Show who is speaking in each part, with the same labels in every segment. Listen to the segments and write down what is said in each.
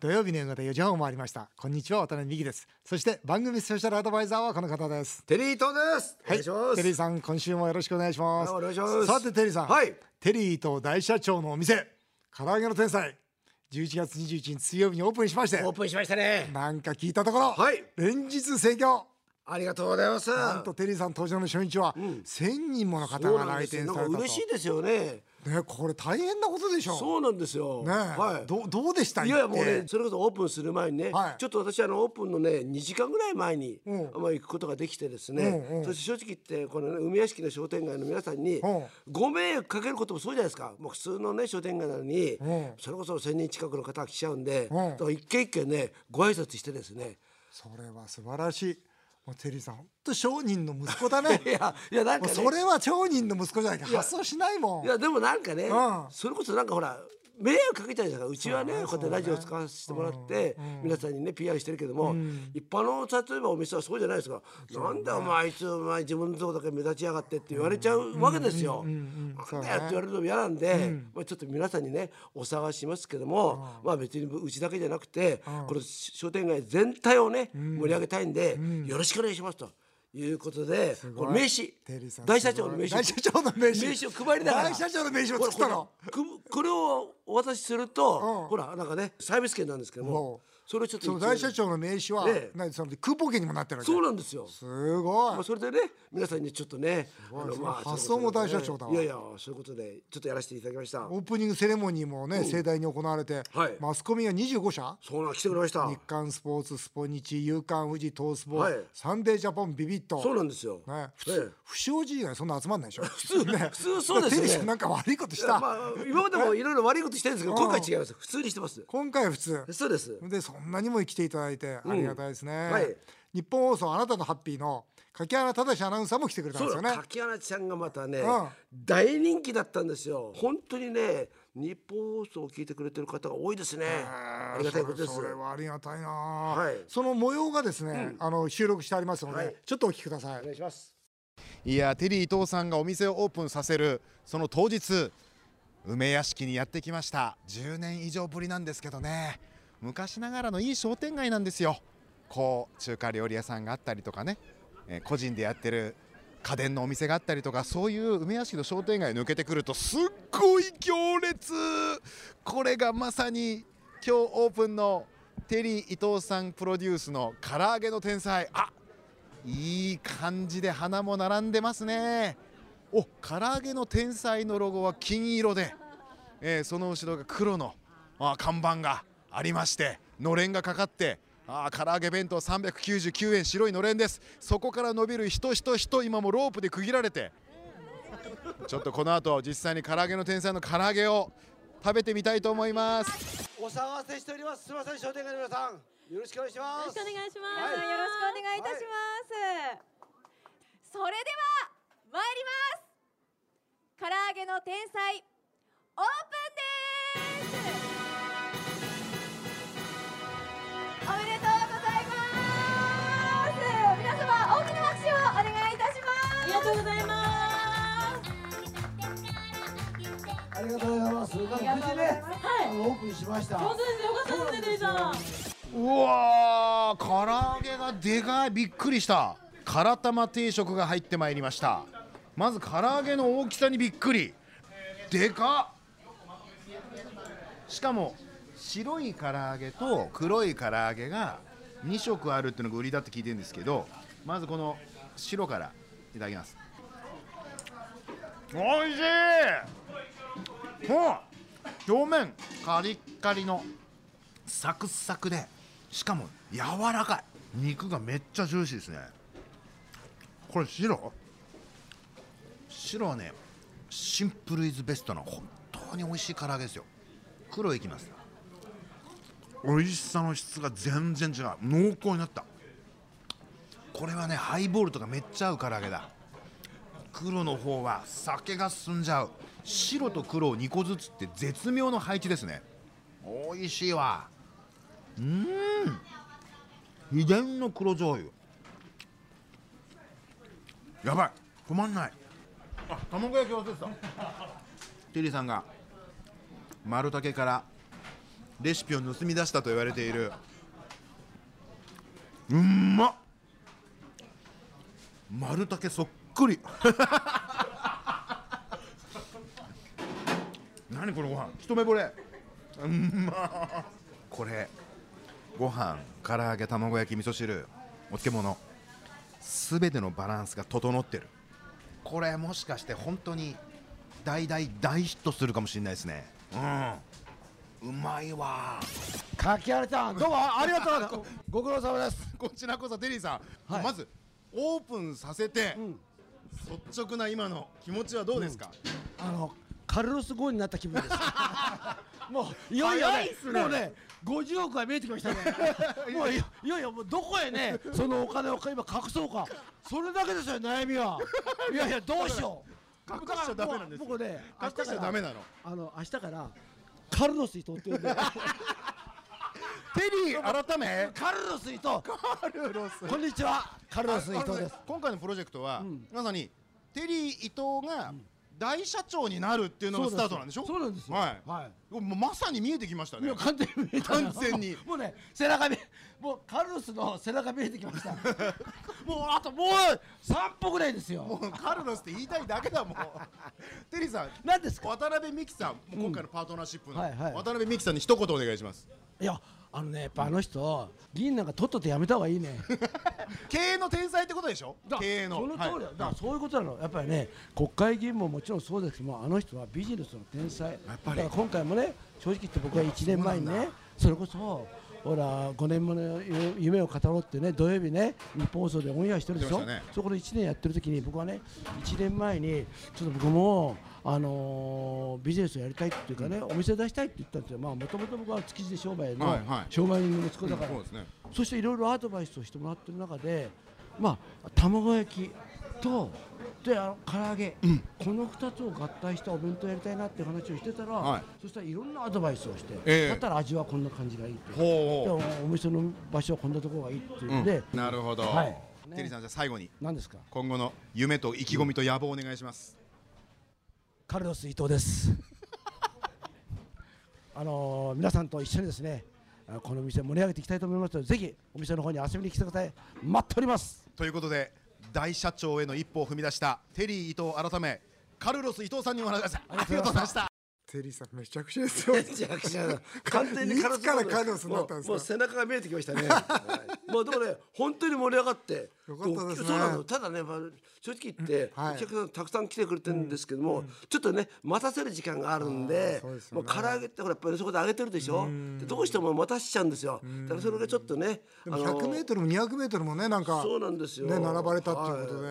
Speaker 1: 土曜日の夕方4時半を回りましたこんにちは渡辺美希ですそして番組スペシャルアドバイザーはこの方です
Speaker 2: テリー東です。
Speaker 1: はい
Speaker 2: お願いします。
Speaker 1: テリーさん今週もよろしくお願いします
Speaker 2: はいお願いします
Speaker 1: さてテリーさん、
Speaker 2: はい
Speaker 1: テリーと大社長のお店唐揚げの天才11月21日水曜日にオープンしまして
Speaker 2: オープンしましたね。
Speaker 1: なんか聞いたところ、
Speaker 2: はい
Speaker 1: 連日盛況
Speaker 2: ありがとうございます。
Speaker 1: なんとテリーさん登場の初日は、1000人もの方
Speaker 2: そう
Speaker 1: が
Speaker 2: なん
Speaker 1: 来
Speaker 2: ですよ
Speaker 1: 店
Speaker 2: な
Speaker 1: され
Speaker 2: んか
Speaker 1: たと
Speaker 2: 嬉しいですよね。
Speaker 1: ね、これ大変なことでしょ
Speaker 2: そうなんですよ。
Speaker 1: ねえ、
Speaker 2: はい。
Speaker 1: どうどうでした
Speaker 2: いやいやもう
Speaker 1: 行っ
Speaker 2: ね
Speaker 1: て
Speaker 2: それこそオープンする前にね、
Speaker 1: はい
Speaker 2: ちょっと私あのオープンのね2時間ぐらい前に、
Speaker 1: うん
Speaker 2: まあ行くことができてですね、
Speaker 1: うんうん
Speaker 2: そして正直言ってこの、ね、海屋敷の商店街の皆さんに、
Speaker 1: うん
Speaker 2: ご迷惑かけることもそうじゃないですかもう普通のね商店街なのに、
Speaker 1: うん
Speaker 2: それこそ1,000人近くの方が来ちゃうんで、
Speaker 1: うん
Speaker 2: だから一軒一軒ねご挨拶してですね
Speaker 1: それは素晴らしいもうテリーさん本当商人の息子だね
Speaker 2: いやい やなん
Speaker 1: も
Speaker 2: か、
Speaker 1: う
Speaker 2: ね、
Speaker 1: それは商人の息子じゃないか発想しないもん
Speaker 2: いやでもなんかね、
Speaker 1: うん
Speaker 2: それこそなんかほら迷惑かけちゃうじゃないですかうちはね
Speaker 1: そうね
Speaker 2: こうやってラジオ使わせてもらって、皆さんにね PR してるけども、一般の例えばお店はそうじゃないですか、なんだお前あいつお前自分のとこだけ目立ちやがってって言われちゃうわけですよ。なんだよって言われるのも嫌なんで、まあ、ちょっと皆さんにねお騒がせしますけども、まあ別にうちだけじゃなくて、この商店街全体をね、盛り上げたいんで、よろしくお願いしますと。いうことで、これ名刺
Speaker 1: テリーさん
Speaker 2: 大社長の名刺
Speaker 1: 大社長の名刺
Speaker 2: 名刺を配りながら
Speaker 1: 大社長の名刺を作ったの
Speaker 2: これこれくこれをお渡しすると、
Speaker 1: うん
Speaker 2: ほらなんかねサービス券なんですけど
Speaker 1: うん
Speaker 2: もそれをちょっと
Speaker 1: その大社長の名刺は、
Speaker 2: ええ
Speaker 1: なそのクーポン券にもなってるわけ
Speaker 2: そうなんですよ
Speaker 1: すごい
Speaker 2: まあ、それでね皆さんにちょっとねあの
Speaker 1: その
Speaker 2: まあ
Speaker 1: 発想も大社長だわ
Speaker 2: いやいやそういうことでちょっとやらせていただきました
Speaker 1: オープニングセレモニーもね、盛大に行われて、
Speaker 2: はい
Speaker 1: マスコミが25社
Speaker 2: そうなん来てくれました
Speaker 1: 日刊スポーツスポニチ夕刊富士トースポ、
Speaker 2: はい
Speaker 1: サンデージャポンビビット
Speaker 2: そうなんですよ、
Speaker 1: ね、普
Speaker 2: ええ
Speaker 1: 通、不祥事以外そんな集まんないでしょ普
Speaker 2: 通普通そうで
Speaker 1: テ
Speaker 2: すよね
Speaker 1: リーさんなんか悪いことし
Speaker 2: ま
Speaker 1: た、
Speaker 2: あ今までもいろいろ悪いことしてるんですけど
Speaker 1: うん
Speaker 2: 今回違います普通にしてます
Speaker 1: 今回は普通
Speaker 2: そうです
Speaker 1: でそんなにも来ていただいてありがたいですね、
Speaker 2: はい
Speaker 1: 日本放送あなたのハッピーの柿原忠アナウンサーも来てくれたん
Speaker 2: そ
Speaker 1: で
Speaker 2: う
Speaker 1: す
Speaker 2: な
Speaker 1: よ
Speaker 2: の
Speaker 1: ね
Speaker 2: 柿原ちゃんがまたね、
Speaker 1: うん
Speaker 2: 大人気だったんですよ本当にね日本放送を聞いてくれてる方が多いですねありがたいことです
Speaker 1: それそれはありがたいな、
Speaker 2: い
Speaker 1: その模様がですね、あの収録してありますので、
Speaker 2: はい
Speaker 1: ちょっとお聞きください
Speaker 2: お願いします
Speaker 3: いやテリー伊藤さんがお店をオープンさせるその当日梅屋敷にやってきました10年以上ぶりなんですけどね昔ながらのいい商店街なんですよこう中華料理屋さんがあったりとかね、えー個人でやってる家電のお店があったりとかそういう梅屋敷の商店街抜けてくるとすっごい行列これがまさに今日オープンのテリー伊藤さんプロデュースの唐揚げの天才あいい感じで花も並んでますねお唐揚げの天才のロゴは金色で、えーその後ろが黒のあ看板がありましてのれんがかかってあ唐揚げ弁当399円白いのれんですそこから伸びる人人人今もロープで区切られてちょっとこの後実際に唐揚げの天才の唐揚げを食べてみたいと思います
Speaker 2: お騒がせしておりますすみません商店街の皆さんよろしくお願いし
Speaker 4: よ
Speaker 2: ま
Speaker 4: ろし
Speaker 2: す
Speaker 4: くお願いします。
Speaker 2: はい
Speaker 4: よろしくお願いいたします。それでは参ります。唐揚げの天才オープンです。おめでとうございます。皆様大きな拍手をお願いいたします。ありがとうござい
Speaker 2: ありがとうございま
Speaker 4: ます。
Speaker 2: す無事ねあのオープンしました
Speaker 5: 本当ですよかったですね、テリーさん。
Speaker 3: うわー唐揚げがでかいびっくりした唐玉定食が入ってまいりましたまず唐揚げの大きさにびっくりでかっしかも白い唐揚げと黒い唐揚げが2色あるっていうのが売りだって聞いてるんですけどまずこの白からいただきますおいしいもう表面カリッカリのサクサクでしかも柔らかい肉がめっちゃジューシーですねこれ白白はねシンプルイズベストの本当に美味しい唐揚げですよ黒いきます美味しさの質が全然違う濃厚になったこれはねハイボールとかめっちゃ合う唐揚げだ黒の方は酒が進んじゃう白と黒を2個ずつって絶妙の配置ですね美味しいわうーん秘伝の黒醤油やばい止まんないあ卵 焼き忘れてたテリーさんが丸竹からレシピを盗み出したと言われているうんまっ丸竹そっくり 何このご飯一目惚れうんまっこれご飯唐揚げ卵焼き味噌汁お漬物すべてのバランスが整ってるこれもしかして本当に大大大ヒットするかもしれないですねうんうまいわ
Speaker 2: かきあれたんどうもありがと うごご苦労様です
Speaker 3: こちらこそテリーさん、
Speaker 2: はい
Speaker 3: まずオープンさせて、
Speaker 2: ん
Speaker 3: 率直な今の気持ちはどうですか、
Speaker 2: あのカルロス・ゴーンになった気分です もういよいよ
Speaker 3: 早い
Speaker 2: ね
Speaker 3: っすね
Speaker 2: もうね50億が見えてきました ねもういよいよいよもうどこへねそのお金を今隠そうかそれだけですよ悩み はいやいやどうしよう
Speaker 3: 隠しちゃダメなんですよ
Speaker 2: 僕ね
Speaker 3: 隠しちゃダメなの
Speaker 2: あの明日からカルロス伊藤って呼んで
Speaker 3: テ リー改め
Speaker 2: カルロス伊藤
Speaker 3: カルロス
Speaker 2: こんにちはカルロス伊藤です
Speaker 3: 今回のプロジェクトは、まさにテリー伊藤が大社長になるっていうのがスタートなんでしょ
Speaker 2: そうなんですよ
Speaker 3: はい、
Speaker 2: はい
Speaker 3: もうまさに見えてきました
Speaker 2: い
Speaker 3: ね
Speaker 2: や完全に見えた
Speaker 3: 完全に
Speaker 2: もうね背中見もうカルロスの背中見えてきました もうあともう3歩ぐらいですよ
Speaker 3: もうカルロスって言いたいだけ だもんテリーさん
Speaker 2: 何ですか
Speaker 3: 渡辺美樹さん、もう今回のパートナーシップの、
Speaker 2: はいはい
Speaker 3: 渡辺美樹さんに一言お願いします
Speaker 2: いやあのねやっぱあの人、議員なんかとっととやめた方がいいね
Speaker 3: 経営の天才ってことでしょ
Speaker 2: だ
Speaker 3: 経営の
Speaker 2: その通りだ,、
Speaker 3: はい
Speaker 2: だからそういうことなのやっぱりね国会議員ももちろんそうですけどもあの人はビジネスの天才
Speaker 3: やっぱり
Speaker 2: だから今回もね正直言って僕は1年前にねそれこそほら5年もの夢夢を語ろうってね土曜日ね日本放送でオンエアしてるでし
Speaker 3: やっ
Speaker 2: ょ、
Speaker 3: てましたね
Speaker 2: そこで1年やってる時に僕はね1年前にちょっと僕もあのービジネスをやりたいっていうかね、お店出したいって言ったんですよまあもともと僕は築地で商売の、
Speaker 3: はいはい
Speaker 2: 商売人の息子だから、
Speaker 3: うんそうですね
Speaker 2: そしていろいろアドバイスをしてもらってる中で、まあ、卵焼きとであの唐揚げ、この2つを合体したお弁当やりたいなっていう話をしてたら、
Speaker 3: はい
Speaker 2: そしたらいろんなアドバイスをして、
Speaker 3: ええ
Speaker 2: だったら味はこんな感じがいいと
Speaker 3: ほう
Speaker 2: で
Speaker 3: ほう
Speaker 2: おお店の場所はこんなところがいいっていうので、
Speaker 3: なるほど、
Speaker 2: はい
Speaker 3: テリーさんじゃあ最後に
Speaker 2: 何ですか
Speaker 3: 今後の夢と意気込みと野望をお願いします、
Speaker 2: カルロス伊藤です。 あのー皆さんと一緒にですね、あこの店盛り上げていきたいと思いますので、ぜひお店の方に遊びに来てください。待っております。
Speaker 3: ということで大社長への一歩を踏み出したテリー伊藤改めカルロス伊藤さんにお話しましたありがとうございました
Speaker 1: テリーさんめちゃくちゃですよ
Speaker 2: 弱者だ。完全に
Speaker 1: いつ
Speaker 2: カルロス
Speaker 1: からカルロスになったんですか
Speaker 2: もうもう背中が見えてき ましたね。はいもうでもね、本当に盛り上がって。
Speaker 1: よかったですね
Speaker 2: そうなの。ただね、まあ、正直言って、
Speaker 1: うんはい
Speaker 2: お客さんたくさん来てくれてるんですけども、ちょっとね、待たせる時間があるんで、
Speaker 1: あーそうですよ
Speaker 2: も
Speaker 1: ね
Speaker 2: う唐揚げってほら、やっぱりそこで揚げてるでしょ。でどうしても待たしちゃうんですよ。だからそれがちょっとね、
Speaker 1: でも100メートルも200メートルもねなんか
Speaker 2: そうなんですよ
Speaker 1: ね並ばれたっていうことで、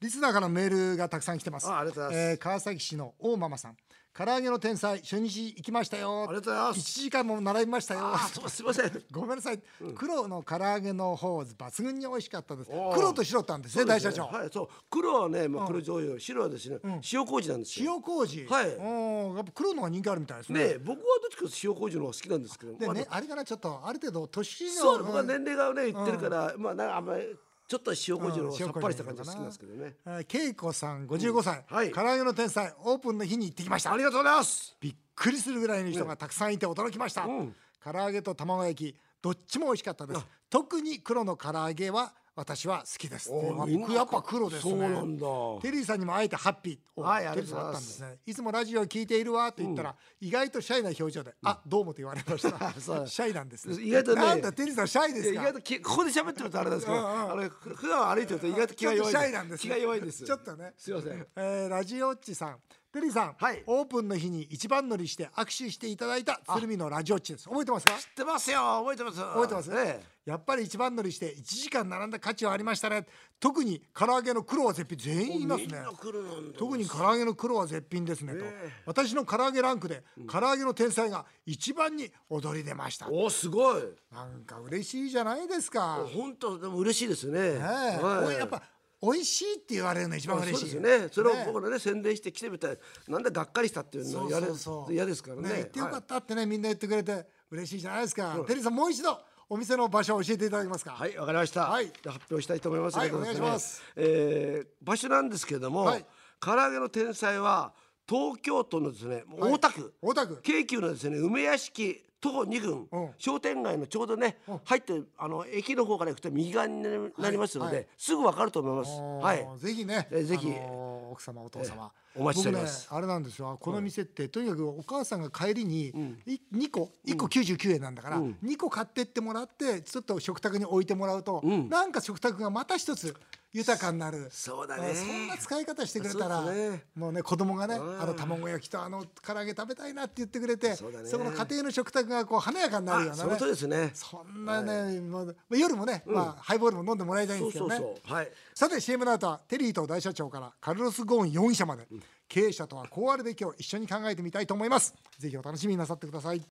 Speaker 1: リスナーからのメールがたくさん来てます。
Speaker 2: あありがとうございま
Speaker 1: え
Speaker 2: す
Speaker 1: ー川崎市の大ママさん、唐揚げの天才初日行きましたよ。
Speaker 2: ありがとうございます
Speaker 1: 1時間も並びましたよ。
Speaker 2: あそうすいません。
Speaker 1: ごめんなさい、黒の唐揚げの方抜群に美味しかったです
Speaker 2: おー
Speaker 1: 黒と白ってあるんですね大社長、
Speaker 2: はい、そう、黒はね、まあ、黒醤油、白はですね、塩麹なんですよ。
Speaker 1: 塩麹
Speaker 2: はい
Speaker 1: おーやっぱ黒のが人気あるみたいですね
Speaker 2: ね、僕はどっちかというと塩麹の方が好きなんですけど。
Speaker 1: で
Speaker 2: まあ
Speaker 1: ねあれかなちょっとある程度年の
Speaker 2: そう、僕は
Speaker 1: ん
Speaker 2: 年齢がね、いってるから、まあ、なんか、あんまり。ちょっと塩麹の
Speaker 1: うん
Speaker 2: 方がさっぱりした感じが好きなんですけどね。
Speaker 1: えー恵子さん55歳、
Speaker 2: うんはい
Speaker 1: 唐揚げの天才オープンの日に行ってきました
Speaker 2: ありがとうございます。
Speaker 1: びっくりするぐらいの人がたくさんいて驚きました、
Speaker 2: うん
Speaker 1: 唐揚げと卵焼きどっちも美味しかったです特に黒の唐揚げは私は好きです
Speaker 2: おー
Speaker 1: でまあ
Speaker 2: みんな
Speaker 1: 僕やっぱ黒ですね
Speaker 2: そうなんだ
Speaker 1: テリーさんにも会えてハッピーお
Speaker 2: はいあ
Speaker 1: テ
Speaker 2: り
Speaker 1: リー
Speaker 2: がと
Speaker 1: さ
Speaker 2: う
Speaker 1: んあ
Speaker 2: ござ
Speaker 1: っ
Speaker 2: い
Speaker 1: た
Speaker 2: ま
Speaker 1: んですね
Speaker 2: す
Speaker 1: いつもラジオ聞いているわって言ったら、意外とシャイな表情で、あどうもと言われました
Speaker 2: そう
Speaker 1: シャイなんです、
Speaker 2: 意外とね
Speaker 1: なんだテリーさんシャイです
Speaker 2: いや意
Speaker 1: か
Speaker 2: 外とき、ここで喋ってるとあれなんですけど、あの、ふ普段歩いてると、意外と気が弱
Speaker 1: ちょっ
Speaker 2: い。
Speaker 1: とシャイなんです
Speaker 2: 気が弱いんです。
Speaker 1: ちょっとね
Speaker 2: すいません。
Speaker 1: えーラジオッチさんテリーさん、
Speaker 2: はい
Speaker 1: オープンの日に一番乗りして握手していただいた鶴見のラジオッチです覚えてますか
Speaker 2: 知ってますよ、覚えてます。覚
Speaker 1: 覚えてますやっぱり一番乗りして1時間並んだ価値はありましたね特に唐揚げの黒は絶品全員言いますね
Speaker 2: 黒なんだ。
Speaker 1: 特に唐揚げの黒は絶品ですねと、私の唐揚げランクで唐揚げの天才が一番に躍り出ました、
Speaker 2: お、すごい。
Speaker 1: なんか嬉しいじゃないですか、
Speaker 2: 本当でも嬉しいですね。
Speaker 1: ええおいやっぱ美味しいって言われるの一番嬉
Speaker 2: そう
Speaker 1: しい
Speaker 2: ですよね。それを
Speaker 1: ね
Speaker 2: 僕らね宣伝して来てみたい。なんでがっかりしたっていうの
Speaker 1: そう
Speaker 2: はやれ
Speaker 1: そうそう
Speaker 2: 嫌ですからね。
Speaker 1: ね行ってよか
Speaker 2: は
Speaker 1: っ
Speaker 2: い
Speaker 1: たってね、みんな言ってくれて嬉しいじゃないですか、テリーさんもう一度お店の場所を教えていただけますか
Speaker 2: はい、わかりました。
Speaker 1: はい
Speaker 2: じゃあ発表したいと思います。
Speaker 1: はい
Speaker 2: ありがとうござ
Speaker 1: お願いします。
Speaker 2: えー場所なんですけれども、
Speaker 1: はい
Speaker 2: 唐揚げの天才は東京都のですね、大田区、
Speaker 1: 大田区
Speaker 2: 京急のですね梅屋敷徒歩2分、
Speaker 1: うん
Speaker 2: 商店街のちょうどね、入ってあの駅の方から行くと右側になりますので、
Speaker 1: はい
Speaker 2: すぐわかると思います。はい、
Speaker 1: あーぜひね、
Speaker 2: えぜひ
Speaker 1: あのー奥様お父様、
Speaker 2: えお待ちしております
Speaker 1: 僕ね、あれなんですよ。この店って、とにかくお母さんが帰りに、い二個一個九十九円なんだから、二個買ってってもらって、ちょっと食卓に置いてもらうと、
Speaker 2: ん
Speaker 1: なんか食卓がまた一つ豊かになる。
Speaker 2: そうだ
Speaker 1: あ
Speaker 2: ね。
Speaker 1: ーそんな使い方してくれたら、
Speaker 2: そうですね
Speaker 1: もうね子供がね、
Speaker 2: うん
Speaker 1: あの卵焼きとあの唐揚げ食べたいなって言ってくれて、
Speaker 2: そうだね
Speaker 1: の家庭の食卓がこう華やかになるよう
Speaker 2: あ、
Speaker 1: な
Speaker 2: その通りですね。
Speaker 1: そんなね、まあまあ夜もね、まあハイボールも飲んでもらいたいんで
Speaker 2: そう
Speaker 1: すけ
Speaker 2: そ
Speaker 1: ど
Speaker 2: う
Speaker 1: ね。
Speaker 2: そう。はい。
Speaker 1: さて CM の後はテリーと大社長からカルロス・ゴーン容疑者まで経営者とはこうあるべきを一緒に考えてみたいと思いますぜひお楽しみになさってください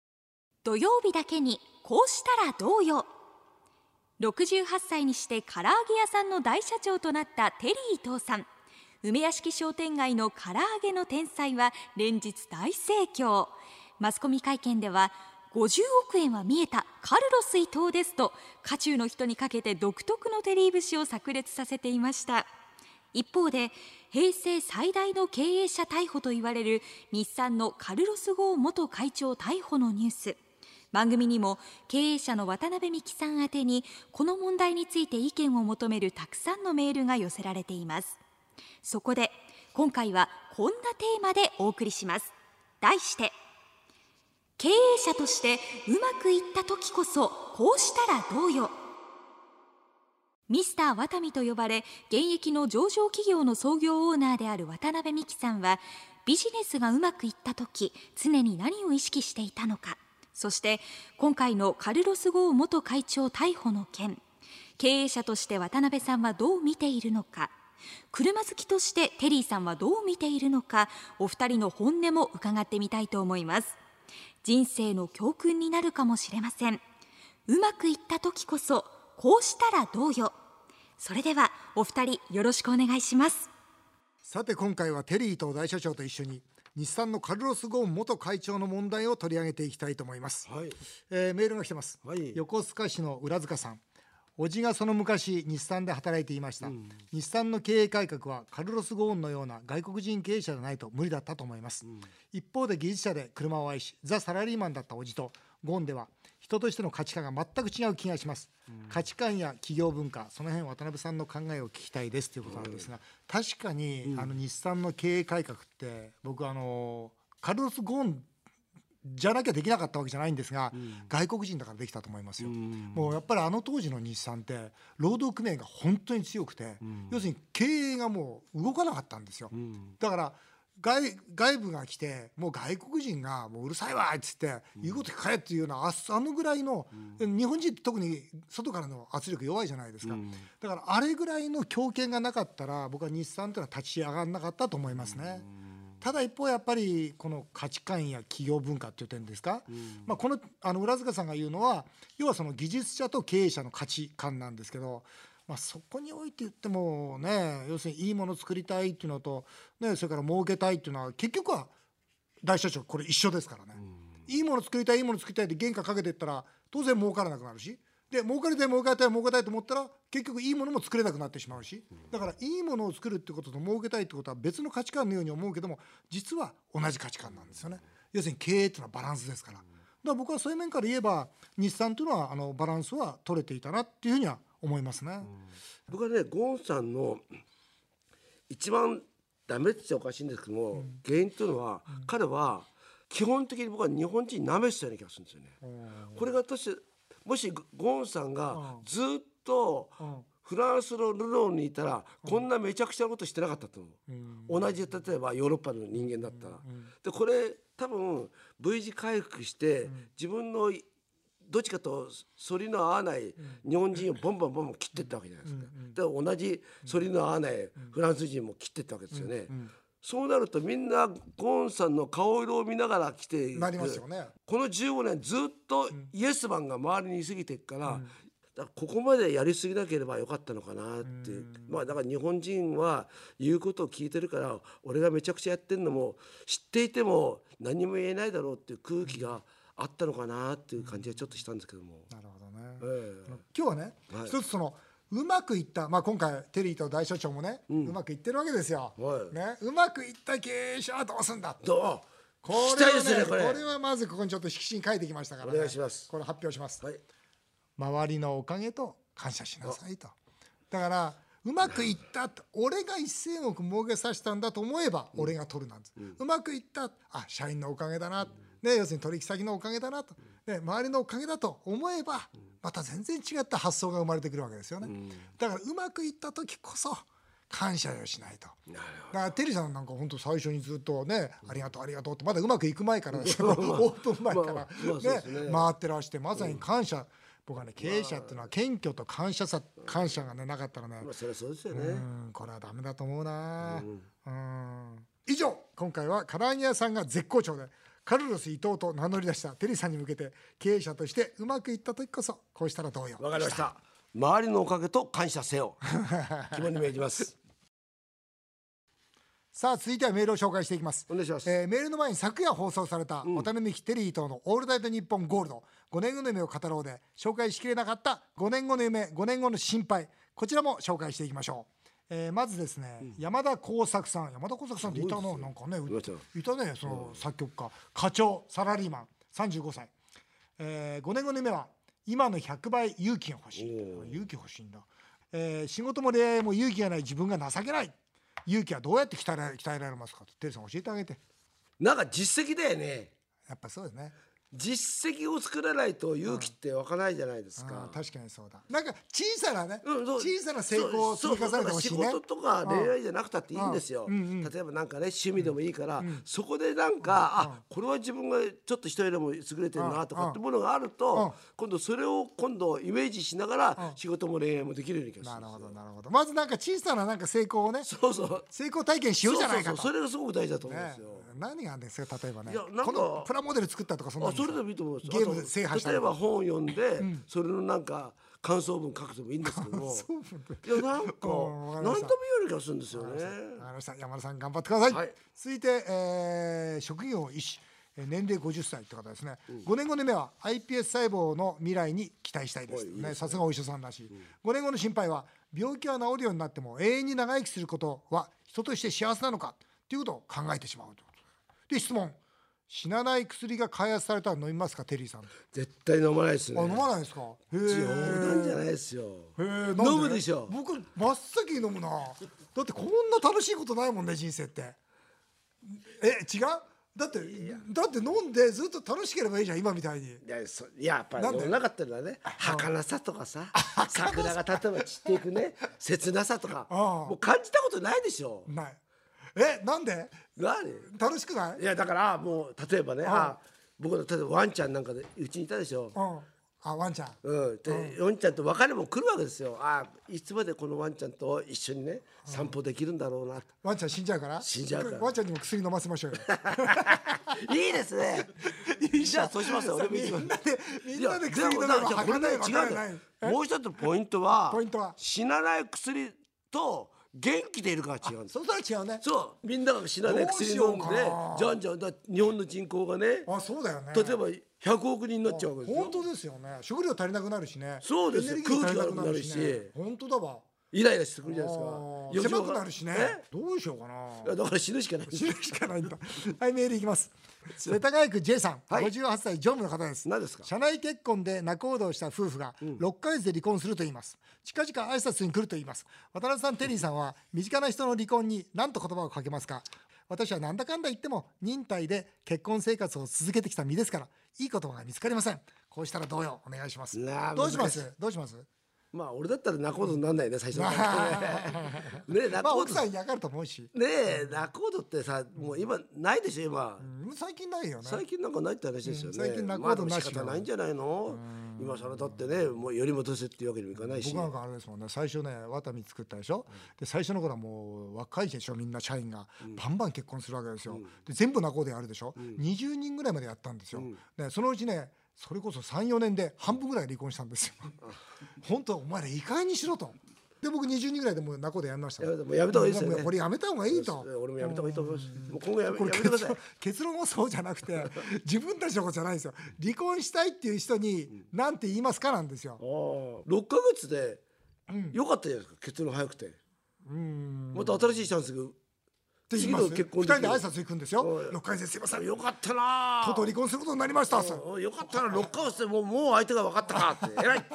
Speaker 6: 土曜日だけにこうしたらどうよ68歳にして唐揚げ屋さんの大社長となったテリー伊藤さん梅屋敷商店街の唐揚げの天才は連日大盛況マスコミ会見では50億円は見えたカルロス伊藤ですと渦中の人にかけて独特のテリー節を炸裂させていました一方で平成最大の経営者逮捕といわれる日産のカルロス・ゴーン元会長逮捕のニュース番組にも経営者の渡辺美樹さん宛てにこの問題について意見を求めるたくさんのメールが寄せられていますそこで今回はこんなテーマでお送りします題して経営者としてうまくいった時こそこうしたらどうよミスターワタミと呼ばれ現役の上場企業の創業オーナーである渡辺美樹さんはビジネスがうまくいった時常に何を意識していたのかそして今回のカルロス・ゴーン元会長逮捕の件経営者として渡辺さんはどう見ているのか車好きとしてテリーさんはどう見ているのかお二人の本音も伺ってみたいと思います人生の教訓になるかもしれませんうまくいった時こそこうしたらどうよそれではお二人よろしくお願いします
Speaker 1: さて今回はテリーと大社長と一緒に日産のカルロス・ゴーン元会長の問題を取り上げていきたいと思います、
Speaker 2: はい。
Speaker 1: えーメールが来てます、
Speaker 2: はい
Speaker 1: 横須賀市の浦塚さんおじがその昔日産で働いていました、日産の経営改革はカルロス・ゴーンのような外国人経営者じゃないと無理だったと思います、一方で技術者で車を愛しザ・サラリーマンだったおじとゴーンでは人としての価値観が全く違う気がします、価値観や企業文化その辺渡辺さんの考えを聞きたいですということなんですが、確かに、あの日産の経営改革って僕あのカルロス・ゴーンじゃなきゃできなかったわけじゃないんですが、外国人だからできたと思いますよ、もうやっぱりあの当時の日産って労働組合が本当に強くて、要するに経営がもう動かなかったんですよ、だから外外部が来てもう外国人が「もううるさいわ」っつって「言うこと聞かれ」っていうようなああのぐらいの、日本人って特に外からの圧力弱いじゃないですか、だからあれぐらいの強権がなかったら僕は日産というのは立ち上がらなかったと思いますね。ただ一方やっぱりこの価値観や企業文化っていう点ですか、まあ、このあの浦塚さんが言うのは要はその技術者と経営者の価値観なんですけど、まあ、そこにおいて言ってもね要するにいいものを作りたいっていうのと、ね、それから儲けたいっていうのは結局は大社長これ一緒ですからね、いいもの作りたいいいもの作りたいって原価かけてったら当然儲からなくなるしで儲かりたい儲かりたい儲けたいと思ったら結局いいものも作れなくなってしまうしだからいいものを作るってことと儲けたいってことは別の価値観のように思うけども実は同じ価値観なんですよね要するに経営っていうのはバランスですからだから僕はそういう面から言えば日産というのはあのバランスは取れていたなっていうふうには思いますね。
Speaker 2: 僕はねゴーンさんの一番ダメって言っちゃおかしいんですけども、原因っていうのは、彼は基本的に僕は日本人舐めてたような気がするんですよね。これが私もしゴーンさんがずっと
Speaker 1: うん
Speaker 2: フランスのルローにいたらこんなめちゃくちゃなことしてなかったと思う、同じ例えばヨーロッパの人間だったら。でこれ多分 V 字回復して、自分のどっちかと反りの合わない日本人をボンボンボンボン切っていったわけじゃないですか。で同じ反りの合わないフランス人も切っていったわけですよね。そうなるとみんなゴーンさんの顔色を見ながら来ていく
Speaker 1: なりますよね。
Speaker 2: この15年ずっとイエスマンが周りに過ぎていくから,、だからここまでやりすぎなければよかったのかなっていう、まあだから日本人は言うことを聞いてるから俺がめちゃくちゃやってるのも知っていても何も言えないだろうっていう空気があったのかなっていう感じはちょっとしたんですけども。
Speaker 1: なるほどね、
Speaker 2: ええ
Speaker 1: 今日はね、
Speaker 2: はい
Speaker 1: 一つそのうまくいった、まあ、今回テリーと大所長もね、うまくいってるわけですよ、
Speaker 2: はい
Speaker 1: ね、うまくいった経営者はどうすんだ
Speaker 2: どう
Speaker 1: こ
Speaker 2: 聞き
Speaker 1: れ
Speaker 2: た
Speaker 1: はい
Speaker 2: ですねこれ
Speaker 1: これはまずここにちょっと色紙に書いてきましたから、ね、
Speaker 2: お願いします
Speaker 1: これ発表します、
Speaker 2: はい
Speaker 1: 周りのおかげと感謝しなさいとだからうまくいったと俺が1,000億儲けさせたんだと思えば俺が取るなんです、うまくいったあ社員のおかげだな、ね、要するに取引先のおかげだなと、ね、周りのおかげだと思えばまた全然違った発想が生まれてくるわけですよね、だからうまくいった時こそ感謝をしないとだからテリーさんなんか本当最初にずっとねありがとうありがとうってまだうまくいく前からですよ オープン前から、
Speaker 2: まあまあそう
Speaker 1: ね
Speaker 2: ですね
Speaker 1: 回ってらしてまさに感謝、僕はね経営者っていうのは謙虚と感謝さ感謝がねなかったらね
Speaker 2: まあそれはそうですよ
Speaker 1: う
Speaker 2: ね。
Speaker 1: んこれはダメだと思うなうん以上今回は唐揚げ屋さんが絶好調でカルロス伊藤と名乗り出したテリーさんに向けて経営者としてうまくいった時こそこうしたらどうよ
Speaker 2: わかりました。周りのおかげと感 謝せよ。肝に銘じます。
Speaker 1: さあ続いてはメールを紹介していきます
Speaker 2: お願いします
Speaker 1: えーメールの前に昨夜放送された渡辺美樹テリー伊藤の「オールナイトニッポンゴールド」5年後の夢を語ろうで紹介しきれなかった5年後の夢5年後の心配こちらも紹介していきましょう、えーまずですね、山田耕作さん山田耕作さんっていた
Speaker 2: すごい
Speaker 1: の
Speaker 2: です
Speaker 1: な
Speaker 2: よ
Speaker 1: んかね
Speaker 2: いましたよ
Speaker 1: いたねその作曲家課長サラリーマン35歳、え5年後の夢は今の100倍勇気が欲しい
Speaker 2: おー
Speaker 1: 勇気欲しいんだ、えー仕事も恋愛も勇気がない自分が情けない勇気はどうやって鍛えられ鍛えられますかってテリーさん教えてあげて
Speaker 2: なんか実績だよね。
Speaker 1: やっぱそうですね
Speaker 2: 実績を作らないと勇気って湧かないじゃないです
Speaker 1: あ
Speaker 2: か
Speaker 1: ー。確かにそうだなんか小さなね、
Speaker 2: うんそう
Speaker 1: 小さな成功を積み重ねてほしい
Speaker 2: そう
Speaker 1: ね
Speaker 2: そう仕事とか恋愛じゃなくたっていいんですよ、例えばなんかね趣味でもいいから、そこでなんか、あこれは自分がちょっと人よりも優れてるなとかってものがあると、今度それを今度イメージしながら仕事も恋愛もできるように気がす
Speaker 1: な
Speaker 2: るん
Speaker 1: る
Speaker 2: です
Speaker 1: ほ
Speaker 2: よ
Speaker 1: どなるほどまずなんか小さななんか成功をね
Speaker 2: そうそう
Speaker 1: 成功体験しようじゃないかと
Speaker 2: そうそうそうそれがすごく大事だと思うんで
Speaker 1: ね
Speaker 2: すよ、
Speaker 1: 何があるんですか例えばね
Speaker 2: いやなんか
Speaker 1: このプラモデル作ったとかそんな
Speaker 2: あ
Speaker 1: の
Speaker 2: それでもいいと思うんです
Speaker 1: ゲーム制覇した
Speaker 2: 例え
Speaker 1: と
Speaker 2: ば
Speaker 1: か
Speaker 2: 本を読んで、それのなんか感想文書くでもいいんですけどもいやなんか
Speaker 1: うんわか
Speaker 2: 何
Speaker 1: りまし
Speaker 2: とも言
Speaker 1: た
Speaker 2: うような気がするんですよね
Speaker 1: わかりました山田さん頑張ってください、
Speaker 2: はい
Speaker 1: 続いて、えー職業医師えー年齢50歳って方ですね、5年後の夢は iPS 細胞の未来に期待したいですねさすがお医者さんらしい、5年後の心配は病気は治るようになっても永遠に長生きすることは人として幸せなのかということを考えてしまうということで質問死なない薬が開発されたら飲みますかテリーさん、
Speaker 2: 絶対飲まないですね
Speaker 1: あ飲まないんですかへ
Speaker 2: 冗談じゃ
Speaker 1: え
Speaker 2: ないですよ
Speaker 1: へーなん
Speaker 2: 飲むでしょ
Speaker 1: 僕真っ先に飲むなだってこんな楽しいことないもんね人生ってえ違うだってだって飲んでずっと楽しければいいじゃん今みたいに
Speaker 2: いやそいややっぱり
Speaker 1: なんで
Speaker 2: 飲まなかったのはね儚さとかさ桜が例えば散ってい くね切なさとか
Speaker 1: あ
Speaker 2: もう感じたことないでしょ
Speaker 1: ないえなんで
Speaker 2: 何
Speaker 1: 楽しくない
Speaker 2: いやだからもう例えばね
Speaker 1: あ
Speaker 2: あ僕の例えばワンちゃんなんかでうちにいたでしょ
Speaker 1: うんあワンちゃん
Speaker 2: うん、で、ワンちゃんと別れも来るわけですよ。ああ、いつまでこのワンちゃんと一緒にね、散歩できるんだろうな。
Speaker 1: ワンちゃん死んじゃうから
Speaker 2: 死んじゃうから
Speaker 1: ワンちゃんにも薬飲ませましょうよ
Speaker 2: いいですね。じゃあ、そうしますよ。俺も行きます
Speaker 1: みんなでみんなで
Speaker 2: いや
Speaker 1: 薬飲め
Speaker 2: だ
Speaker 1: ば
Speaker 2: からこ
Speaker 1: 測
Speaker 2: れ
Speaker 1: れ
Speaker 2: ね
Speaker 1: ない分
Speaker 2: 違
Speaker 1: から
Speaker 2: うん
Speaker 1: ない
Speaker 2: だよ。もう一つポイントは、
Speaker 1: ポイントは
Speaker 2: 死なない薬と元気でいるから違うんです。
Speaker 1: そしたら違うね
Speaker 2: そう、みんなが死なない薬飲
Speaker 1: どうし
Speaker 2: んで
Speaker 1: ようかな、
Speaker 2: じゃんじゃんだ日本の人口がね、例えば
Speaker 1: あそうだよね
Speaker 2: 100億人になっちゃうわけです
Speaker 1: 本
Speaker 2: よ。
Speaker 1: 当ですよね食料足りなくなるしね
Speaker 2: そうですよ
Speaker 1: エネルギー足りなくなるし,、
Speaker 2: 空気が悪くなるし
Speaker 1: 本当だわ
Speaker 2: イライラしてくるじゃない
Speaker 1: あ
Speaker 2: で
Speaker 1: ー
Speaker 2: すか。
Speaker 1: 狭くなるしね
Speaker 2: え
Speaker 1: どうしようか
Speaker 2: い
Speaker 1: な
Speaker 2: やだから死ぬしかない。
Speaker 1: 知るしかないん だはいメールいきます世田谷区 J さん、
Speaker 2: はい
Speaker 1: 58歳常務の方です
Speaker 2: 何ですか
Speaker 1: 社内結婚で仲人をした夫婦が6ヶ月で離婚すると言います、近々挨拶に来ると言います渡辺さんテリーさんは身近な人の離婚に何と言葉をかけますか私はなんだかんだ言っても忍耐で結婚生活を続けてきた身ですからいい言葉が見つかりませんこうしたらどうよお願いします
Speaker 2: なあ
Speaker 1: どうしま
Speaker 2: 難
Speaker 1: すどうします
Speaker 2: まあ俺だったら仲人になんないね最初の頃 ねね
Speaker 1: まあ
Speaker 2: 仲
Speaker 1: 奥さ
Speaker 2: 人
Speaker 1: んに上がると思うし、
Speaker 2: ねえ仲人ってさもう今ないでしょ今
Speaker 1: うん最近ないよね
Speaker 2: 最近なんかないって話です
Speaker 1: う
Speaker 2: よね
Speaker 1: ん最近仲人
Speaker 2: まあでも
Speaker 1: なし
Speaker 2: 仕方ないんじゃないの今更だってねもうより戻せっていうわけにもいかないし
Speaker 1: 僕なんかあれですもんね最初ねワタミ作ったでしょ、で最初の頃はもう若いでしょみんな社員がバンバン結婚するわけですよ、で全部仲人やるでしょ、20人ぐらいまでやったんですよ、でそのうちねそれこそ34年で半分ぐらい離婚したん ですよ本当お前らいい加減にしろとで僕20人ぐらいでもう仲人やめました
Speaker 2: やめたもうやめた方がいいですよね
Speaker 1: もうこれやめた方がいいと
Speaker 2: 俺もやめた方がいいと思いますもう今後やめ
Speaker 1: こ
Speaker 2: や
Speaker 1: れ
Speaker 2: め
Speaker 1: 結
Speaker 2: てください
Speaker 1: 論結論はそうじゃなく て自分たちのことじゃないんですよ離婚したいっていう人に何て言いますかなんですよ、
Speaker 2: 6ヶ月でよかったじゃないですか結論早くて
Speaker 1: うん
Speaker 2: また新しいチャンスが
Speaker 1: って言いま
Speaker 2: 次
Speaker 1: す
Speaker 2: の結婚
Speaker 1: 二
Speaker 2: 式
Speaker 1: 人で挨拶行くんですよ
Speaker 2: はい
Speaker 1: 六回戦すいませんと
Speaker 2: よかったな
Speaker 1: うとう離婚することになりましたさ
Speaker 2: およかったな六回してもうもう相手が分かったかって偉い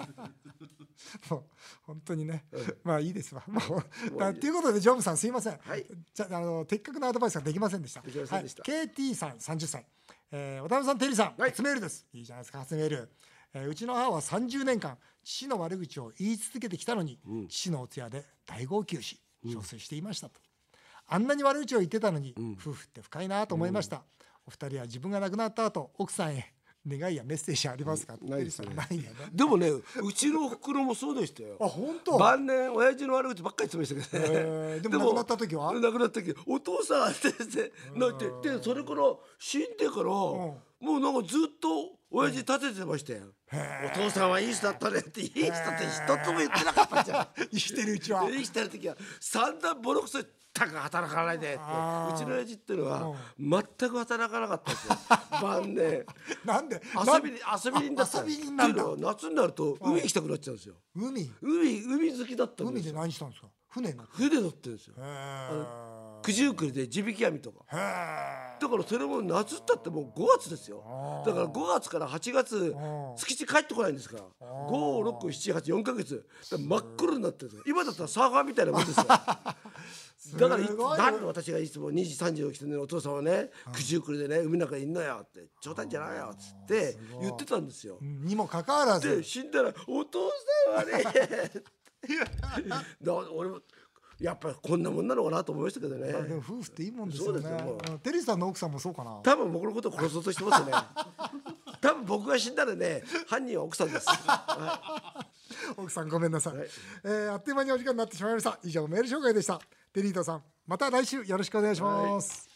Speaker 1: もう本当にね、まあいいですわ。もうだということでジョブさんすいません。
Speaker 2: はい
Speaker 1: じゃあの的確なアドバイスができませんでした。
Speaker 2: できませんでした
Speaker 1: はい、KT さん三十歳、えー、渡辺さんテリーさん、
Speaker 2: はい
Speaker 1: 初メールです。いいじゃないですか初メール。えー、うちの母は30年間父の悪口を言い続けてきたのに、父のお通夜で大号泣し憔悴していましたと、あんなに悪口を言ってたのに、夫婦って深いなと思いました、お二人は自分が亡くなった後奥さんへ願いやメッセージありますか、
Speaker 2: んないです
Speaker 1: テリ
Speaker 2: ね
Speaker 1: ーさんないよ ね
Speaker 2: でもねうちのお袋もそうでしたよ
Speaker 1: あ本当
Speaker 2: 晩年親父の悪口ばっかり言ってましたけどね、
Speaker 1: へーでも亡くなった時は
Speaker 2: 亡くなった時お父さんって言ってなんてでそれから死んでから、もうなんかずっと親父立ててましたよ、お父さんはいい人だったねっていい人って一つも言ってなかったじゃん
Speaker 1: 生きてるうちは
Speaker 2: で 生きてる時は散々ボロクソ言ったから働かないでってう
Speaker 1: あー
Speaker 2: ちの親父っていうのは全く働かなかった んですよ晩年
Speaker 1: なんで
Speaker 2: 遊びに
Speaker 1: なん
Speaker 2: 遊び
Speaker 1: あ
Speaker 2: 人だったんで
Speaker 1: 遊
Speaker 2: す
Speaker 1: び
Speaker 2: ってい
Speaker 1: 人
Speaker 2: う
Speaker 1: なんだ
Speaker 2: のは夏になると海行きたくなっちゃうんですよ
Speaker 1: 海
Speaker 2: 海海好きだったんで
Speaker 1: 海
Speaker 2: す
Speaker 1: で
Speaker 2: よ
Speaker 1: 何したんですか船の
Speaker 2: 船乗ってるんですよ
Speaker 1: へー
Speaker 2: 九十九里で地引き網とか
Speaker 1: へー
Speaker 2: だからそれも夏ったってもう5月ですよだから5月から8月
Speaker 1: ん
Speaker 2: 月地帰ってこないんですから56784ヶ月だから真っ黒になってるんですよ今だったらサーファーみたいなもんです よだからい
Speaker 1: すごい
Speaker 2: なんで私がいつも2時3時に起きてねお父さんはね九十九里でね海の中にいんのよって冗談じゃないよっつって言ってたんですよ
Speaker 1: うんにもかかわら
Speaker 2: で
Speaker 1: ず
Speaker 2: 死んだら「お父さんはね」 だ俺もやっぱりこんなもんなのかなと思いましたけどね
Speaker 1: でも夫婦っていいもんですよね
Speaker 2: そうですよもう
Speaker 1: うんテリーさんの奥さんもそうかな
Speaker 2: 多分僕のことを殺そうとしてますよね多分僕が死んだらね犯人は奥さんです
Speaker 1: 奥さんごめんなさい、えーあっという間にお時間になってしまいました以上メール紹介でしたテリーとさんまた来週よろしくお願いします、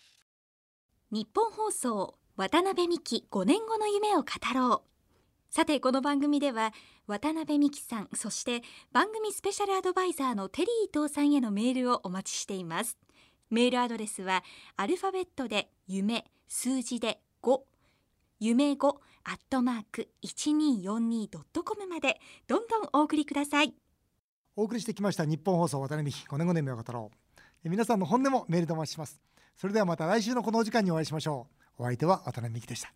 Speaker 6: 日本放送渡辺美希5年後の夢を語ろうさてこの番組では渡辺美希さんそして番組スペシャルアドバイザーのテリー伊藤さんへのメールをお待ちしていますメールアドレスはアルファベットで夢数字で5夢5アットマーク 1242.com までどんどんお送りください
Speaker 1: お送りしてきました日本放送渡辺美希5年5年目を語ろうえー皆さんの本音もメールでお待ちしますそれではまた来週のこのお時間にお会いしましょうお相手は渡辺美希でした